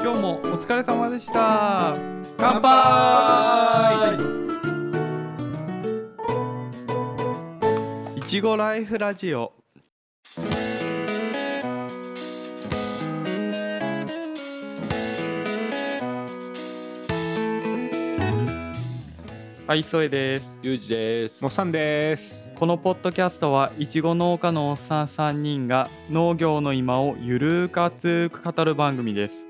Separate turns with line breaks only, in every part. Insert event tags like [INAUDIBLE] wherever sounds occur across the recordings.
今日もお疲れ様でした乾
乾
杯
杯
いちごライフラジオはい、添えです
ゆうじです
もっさんです。
このポッドキャストはいちご農家のおっさん3人が農業の今をゆるーく熱く語る番組です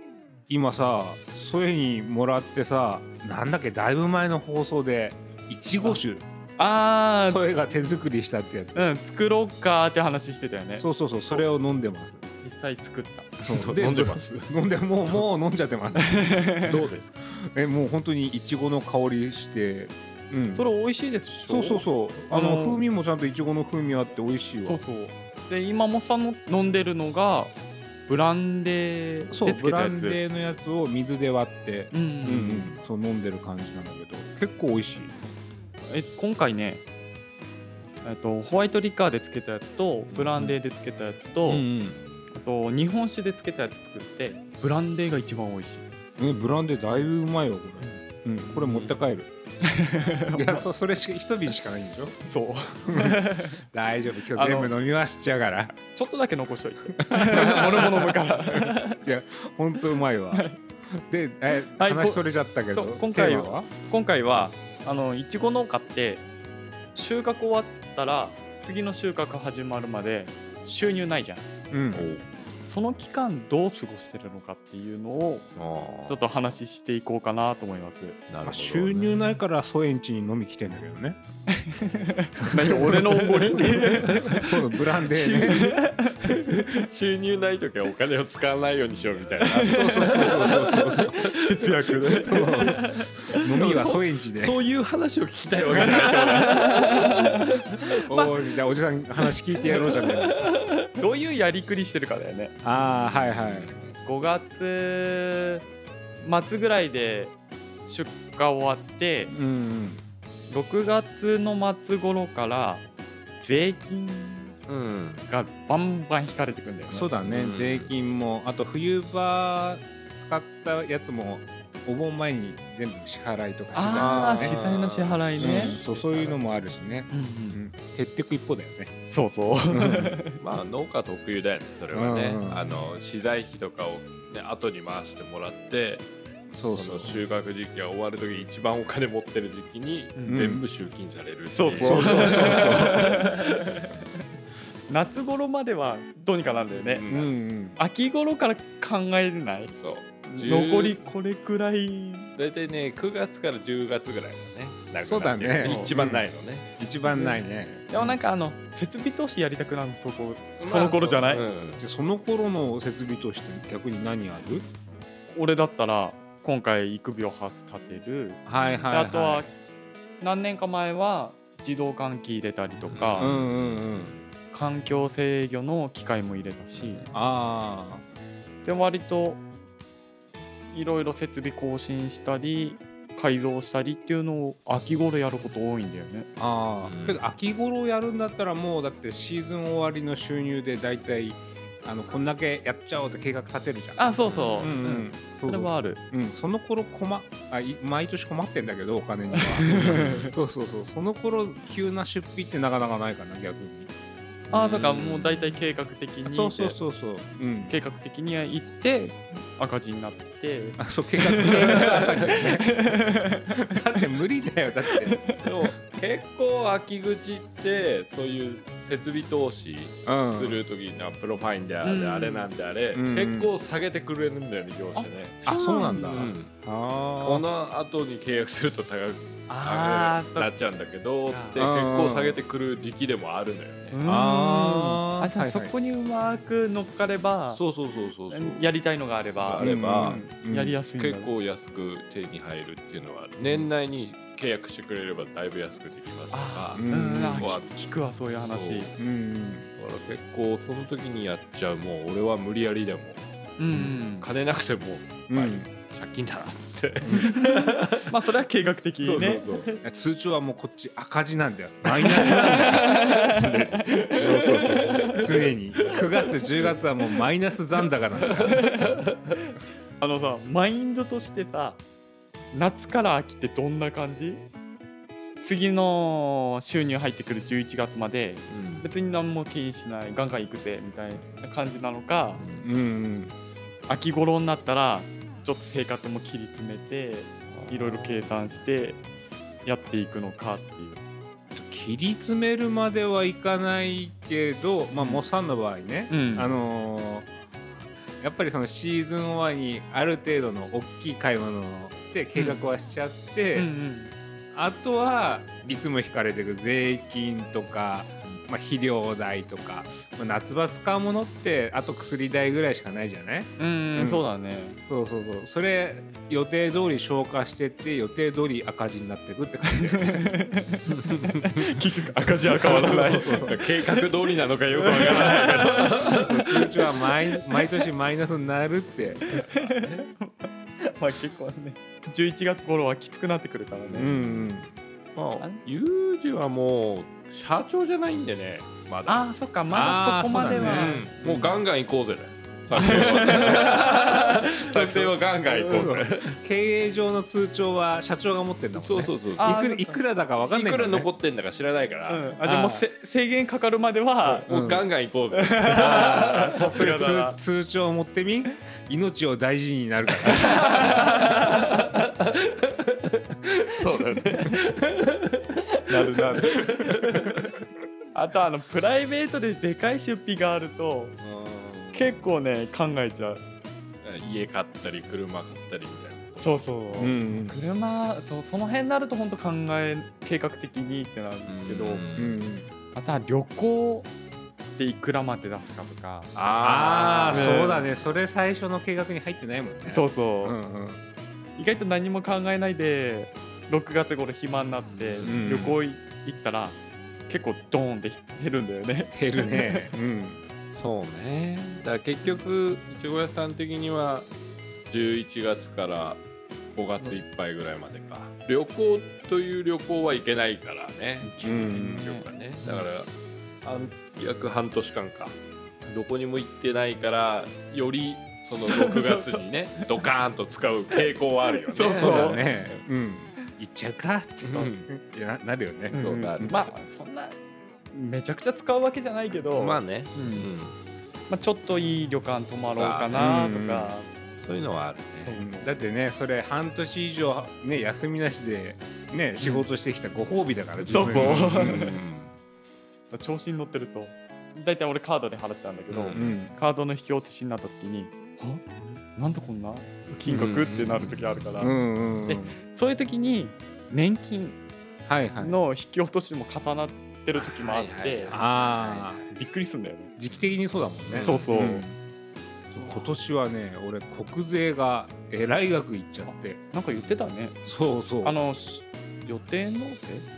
今さ、そういうにもらってさ、なんだっけ、だいぶ前の放送で。いちご酒、
あ
それが手作りしたってやつ。
うん作ろうかーって話してたよね
そうそうそう、それを飲んでます。
実際作った
そう
飲んでます。
飲んで、もう、もう飲んじゃってます。
どうですか
え、もう本当にいちごの香りして。うん。
それ美味しいです
そうそうそう、あ
う
の
ん
風味もちゃんといちごの風味あって美味しい
そ
わ
う。そうで今もさんの飲んでるのがブランデー
そう、
でつけ
ブ
た
ラ
や
ン
つ
デーのやつを水で割って。
うん、う
うん
ん
うん、そう飲んでる感じなんだけど結構美味しい
え今回ねえっと、ホワイトリカーでつけたやつとブランデーでつけたやつと、
ん
あと日本酒でつけたやつ作ってブランデーが一番美味しい
ね、ブランデーだいぶうまいわこれ、うん、これ持って帰る、 [LAUGHS] いやそそれし一瓶しかないんでしょ
そう [LAUGHS]
大丈夫今日全部飲みましちゃう [LAUGHS] から
ちょっとだけ残しといて俺も飲む
[LAUGHS]
から
ほんとうまいわでえ、
はい
話
こ
それちゃったけど
そう今回
テーマは
今回はあのいちご農家って収穫終わったら次の収穫始まるまで収入ないじゃん
うん
その期間どう過ごしてるのかっていうのを
あ
ちょっと話ししていこうかなと思います
あなるほどね
まあ、収入ないからソエンチに飲み来てんだけどね
[LAUGHS] 何俺のおご
[LAUGHS]
り
そうだブランデーね
[LAUGHS] 収入ない時はお金を使わないようにしようみたいな
[LAUGHS]
[LAUGHS] 節約で
飲みはソエンチで
そういう話を聞きたいわけじ
[LAUGHS]
ゃないから
おいじゃあおじさん話聞いてやろうじゃね
どういうやりくりしてるかだよね
ああはいはい
5月末ぐらいで出荷終わって
うんうん
6月の末頃から税金
[LAUGHS] うん
がバンバン引かれてくんだよね
そうだね、
うん
税金もあと冬場使ったやつもお盆前に全部支払いとかして
ああ
たり
資
とかね
材の支払いね
うん、そうそういうのもあるしね、
うん
うん、減ってく一方だよね
うん、そうそう
まあ農家特有だよねそれはね、
うん
あの資材費とかをね後に回してもらって
そうそ
の
う
収穫時期が終わる時に一番お金持ってる時期に
うん
全部集金されるってい
そうそう夏頃まではどうにかなんだよね
う
うんうんん
秋頃から考えれない
そう
残りこれくらい
大体ね9月から10月ぐらいだねなくなって
そうだね
一番ないのね、
一番ないね
でもなんかあの設備投資やりたくなるそこその頃じゃない、
うん
でその頃の設備として逆に何ある
俺だったら今回育苗ハウス建てる
はい
であとは何年か前は自動換気入れたりとか、
うんうんうん
環境制御の機械も入れたし、
あ
で割といろいろ設備更新したり改造したりっていうのを秋頃やること多いんだよね
ーあー、
うん
けど秋頃やるんだったらもうだってシーズン終わりの収入で大体あのこんだけやっちゃおうって計画立てるじゃん
あそうそう、
うんうん、
それはある
うん、その頃困あい毎年困ってんだけどお金にはそうそうそうその頃急な出費ってなかなかないかな逆に
ああだからもう大体計画的に
そうそうそうそう、うん、
計画的に行って赤字になって
あそう計画計画があったりねだって無理だよだって、
でも結構秋口ってそういう設備投資
うん、
する時にアップロファインであれ、
うん
あれなんであれ、
うん
結構下げてくれるんだよね業者ね、
あそうなんだ、
あ
あ
うん
あ
この後に契約すると高く
あーそ
な
っ
っちゃうんだけどって結
うん
構下げてくる時期でもあるのよね、
あー
あじゃあ
はい
そ
はい
こにうまく乗っかれば
そうそうそうそうそう
やりたいのがあれば
あれば
うん
やりやすいんだね
結構安く手に入るっていうのはある年内に契約してくれればだいぶ安くできますと
あ
か
ー
う
うんんあ
わ
聞聞くわそういう話
そう
うんうん
だから結構その時にやっちゃうもう俺は無理やりでも
うんうん
金なくても
うん、
はい借金だなっつって
まあそれは計画的
そうそう
ね
そう
通帳はもうこっち赤字なんだよマイナスなんだよ常に常に9月10月はもうマイナス残高なんだよ
あのさマインドとしてさ夏から秋ってどんな感じ次の収入入ってくる11月まで別に何も気にしないガンガン行くぜみたいな感じなのか
うんうん
秋頃になったらちょっと生活も切り詰めていろいろ計算してやっていくのかっていう。
切り詰めるまではいかないけど、まあ、モッサンの場合ね、
うん
あのーやっぱりそのシーズン1にある程度の大きい買い物で計画はしちゃって、
うん
あとは率も引かれていく税金とか、まあ、肥料代とか、まあ、夏場使うものってあと薬代ぐらいしかないじゃない
うん、うん
うん
そうだね。
そうそうそうそれ予定通り消化してって予定通り赤字になっていくって感じだよね
結局赤字は変わらない。
そうそうそう
計画通りなのかよくわからないけど
通知は毎毎年マイ [LAUGHS] ナスになるって、
[LAUGHS] まあ結構ね11月頃はきつくなってくるからね。
うんうん、
まあユージはもう社長じゃないんでねまだ
ああそっかまだそこまでは、
あーそうだね
もうガンガン行こうぜ [LAUGHS] だよ作戦は作戦はガンガン行こうぜ
経営上の通帳は社長が持ってんだもんね
そうそうそう
あ
い
ー
いくらいくらだか分かんない
く
からら、ね、
残ってんだか知らないか
う
ら
ん、あでもせ制限かかるまでは、
もうガンガン行こうぜ
あーさすがだな
通通帳を持ってみ命を大事になるから
そうだね
なるなる [LAUGHS] あとあのプライベートででかい出費があると結構ね考えちゃう
家買ったり車買ったりみたいな
そうそう、
うん
車そうその辺になると本当考え計画的にってなるけど、
うん
うんうん
あとは旅行っていくらまで出すかとか、
ああ、
ね
そうだねそれ最初の計画に入ってないもんね
そううそう、
んうん
意外と何も考えないで6月頃暇になって
うん
旅行行ったら結構ドーンって減るんだよね。
減るねうん
そうねだから結局いちご屋さん的には11月から5月いっぱいぐらいまでか旅行という旅行は行けないからね
うん
結局はねだからあん約半年間かどこにも行ってないからよりその6月にねドカーンと使う傾向はあるよ
[LAUGHS]
ね
そう
そうだねうん行っちゃうかって、
うん
いやなるよね
そうだ
んまあそんなめちゃくちゃ使うわけじゃないけど、
ま
ま
あ
あ
ね、
う
うんん、
まあ、ちょっといい旅館泊まろうかなとか、
そういうのはあるね
うんだってねそれ半年以上ね休みなしでね仕事してきたご褒美だから、
そう
自
そう
分に
調子に乗ってると大体俺カードで払っちゃうんだけど、
うん
うん
カードの引き落としになった時に「あなんでこんな金額?」ってなる時あるから、
うんうんうん
でそういう時に年金
はいはい
の引き落としも重なってる時もあって、
はいはいはい
ああ
びっくりすんだよね。
時期的にそうだもんね
そうそう
今年はね俺国税がえらい額いっちゃって
なんか言ってたね。
そうそう
あのし予定納税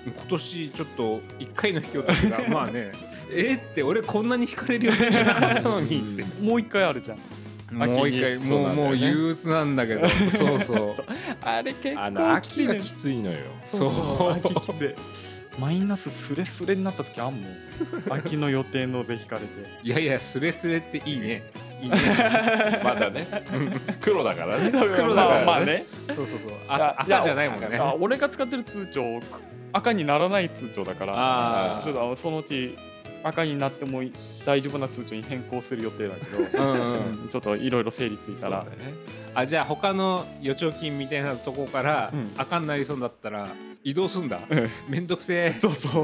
今年ちょっと1回の引き落とし [LAUGHS] がまあねえーって俺こんなに引かれる予定じゃなかったのにって
もう一回あるじゃん。
もう一回
秋にそう
も
な
うんも
だよ
う
ね
憂鬱なんだけどそうそう
あれ結
あの秋が
ね
きついのよ
[LAUGHS]
[LAUGHS]
そう
秋きつい。マイナススレスレになった時あんもん。秋の予定納税引かれて。
いやいやスレスレっていいねいいね
まだね [LAUGHS] 黒だからね
黒だ
ま
か
あまあ
ら
ね。
そうそうそう
いや
あ赤じゃないもんね
あ俺が使ってる通帳赤にならない通帳だから。
あ
ちょっとあのそのうち赤になっても大丈夫な通帳に変更する予定だけ
う
ど。
んう
うんんちょっといろいろ整理ついたら。
あじゃあ他の預貯金みたいなとこから
うん
赤になりそうになったら移動すんだめんどくせえ
そうそ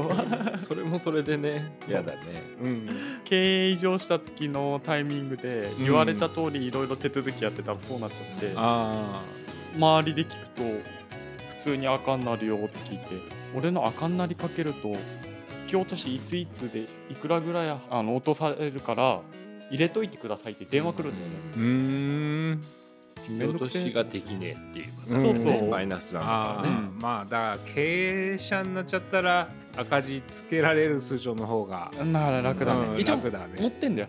う。
それもそれでね嫌だね
うん
経営異常した時のタイミングで
うん
言われた通りいろいろ手続きやってたらそうなっちゃって、
あ
周りで聞くと普通に赤になるよって聞いて俺の赤になりかけると引き落としいついつでいくらぐらいあの落とされるから入れといてくださいって電話来るんだよね。
ーうーん
見落としができねえっていう
うん
そうそう、
マイナスなんだ
あ
からね
ーまあだから経営者になっちゃったら赤字つけられる通帳の方が、
だから楽だね、
うん
一応
楽だね
持ってんだよ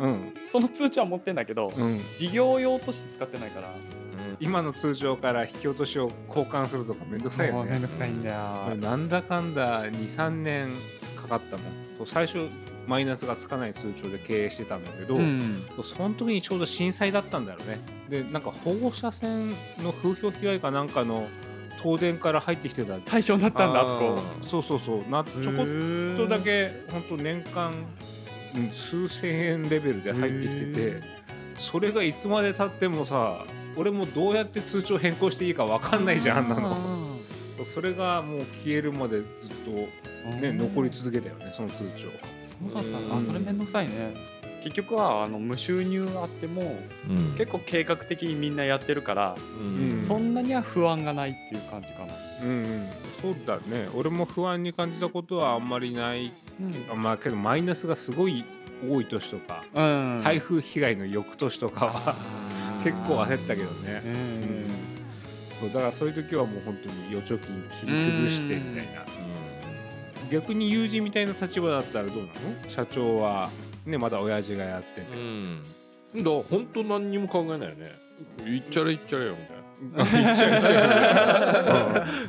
うん
その通知は持ってんだけど、
うん、
事業用として使ってないから
今の通帳から引き落としを交換するとかめんどくさい
も
よ
うめん
ね
どくさいんだよ、
これなんだかんだ23年かかったもんそう最初マイナスがつかない通帳で経営してたんだけど、
うん
その時にちょうど震災だったんだろうねでなんか放射線の風評被害かなんかの東電から入ってきてた
対象になったんだあそこ
そうそうそうなちょこちょっとだけ本当年間うん数千円レベルで入ってきて
へ
てそれがいつまでたってもさ俺もどうやって通帳変更していいか分かんないじゃんあんなのそれがもう消えるまでずっ
あ
と、
ー
ね、残り続けたよねその通帳
そうだった
うん
なあそれめんどくさいね結局はあの無収入あっても
うん
結構計画的にみんなやってるから、
うん
そんなには不安がないっていう感じかな、
うん、うん、そうだね俺も不安に感じたことはあんまりないあまあけどマイナスがすごい多い年とか
うん
台風被害の翌年とかは [LAUGHS] 結構焦ったけどね
うん、
そうだからそういう時はもう本当に預貯金切り崩してみたいな逆に友人みたいな立場だったらどうなの社長はねまだ親父がやってて、
うんだから本当何にも考えないよねいっちゃれいっちゃれよみたいな
[LAUGHS] う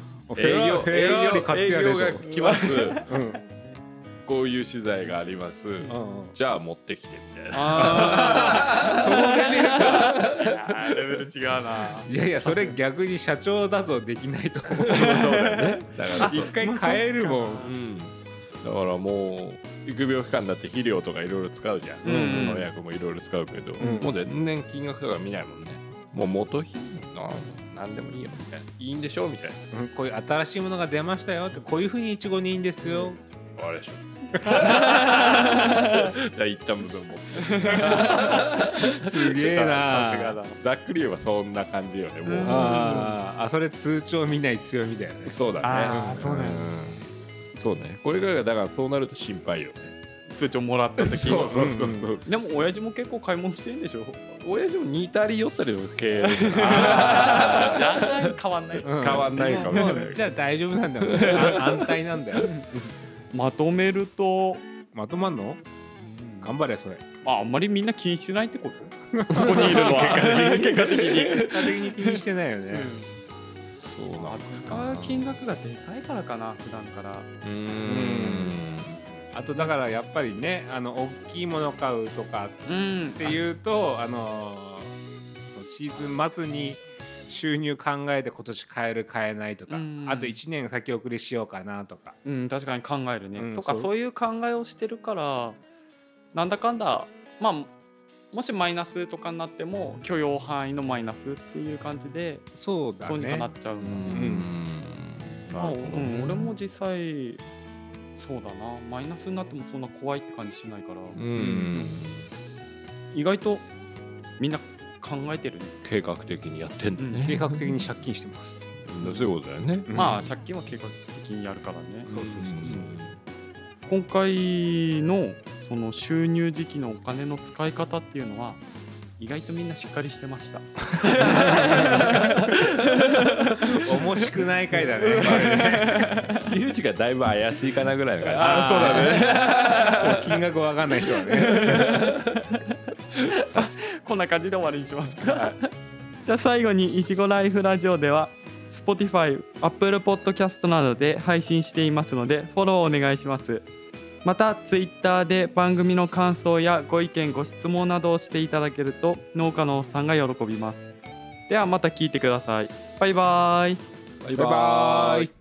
ん営業営業より買ってやれ
営業が
と
来ます
うんうん
こういう資材があります
うん
じゃあ持ってきてみたいな
あそのレベルかレベル違うない
やいやそれ逆に社長だとできないと思う
だからそ
一
う
回買えるもん
うんだからもう育苗期間だって肥料とかいろいろ使うじゃん、
うん
農薬もいろいろ使うけど、
ん
もう全然金額が見ないもんねもう元品の何でもいいよみたいないいんでしょみたい
うんこういう新しいものが出ましたよってこういうふうにいちごにいいんですよ
なあれでしょつってじゃあ一旦部分も
すげえ
さすがだ
な
ざっくり言えばそんな感じよねもう、
うん
あーあそれ通帳見ない強みだよね
そうだね
あーそうだよね
うんそうねこれからがだからそうなると心配よね
通帳もらった時
そうそうそうそう、
でも親父も結構買い物してんでしょ
親父も似たり寄ったりの経営でした
あじゃあ変わんない、
うん
変わんないかもしれない
でもじゃあ大丈夫なんだよあ安泰なんだよ
まとめると
まとまんの頑張れそれ
ああんまりみんな気にしてないってことここにいるのは結果的に
結果的に気にしてないよね
そうなんだ
使う金額がでかいからかな普段から
うーん
あとだからやっぱりねあの大きいもの買うとか
うんっ
っていうとあのーシーズン末に収入考えて今年買える買えないとか
うん
あと1年先送りしようかなとか
うん、確かに考えるね、
うん
そうか
そう
そういう考えをしてるからなんだかんだまあもしマイナスとかになっても許容範囲のマイナスっていう感じで
そうだ
どうにかな
ね
っちゃう
う
の、
んな
まあ
るほ
う
どね
ん、俺も実際そうだなマイナスになってもそんな怖いって感じしないから、
うん
意外とみんな考えてるね、
計画的にやってんだ
うん
ね
計画的に借金してます
うんそういうことだよね
まあ
うん
借金は計画的にやるからね、
そうそう
今回のその収入時期のお金の使い方っていうのは意外とみんなしっかりしてました
面しくない回だね
そうそうリュウジがだいぶ怪しいかなぐらいの感
あ [LAUGHS] あそうだね金額わかんない人はね
[LAUGHS] こんな感じで終わりにしますか、 [LAUGHS] じゃあ最後にいちごライフラジオでは Spotify、Apple Podcast などで配信していますのでフォローお願いしますまた Twitter で番組の感想やご意見ご質問などをしていただけると農家のおっさんが喜びますではまた聞いてくださいバイバイ
じ
バイバーイ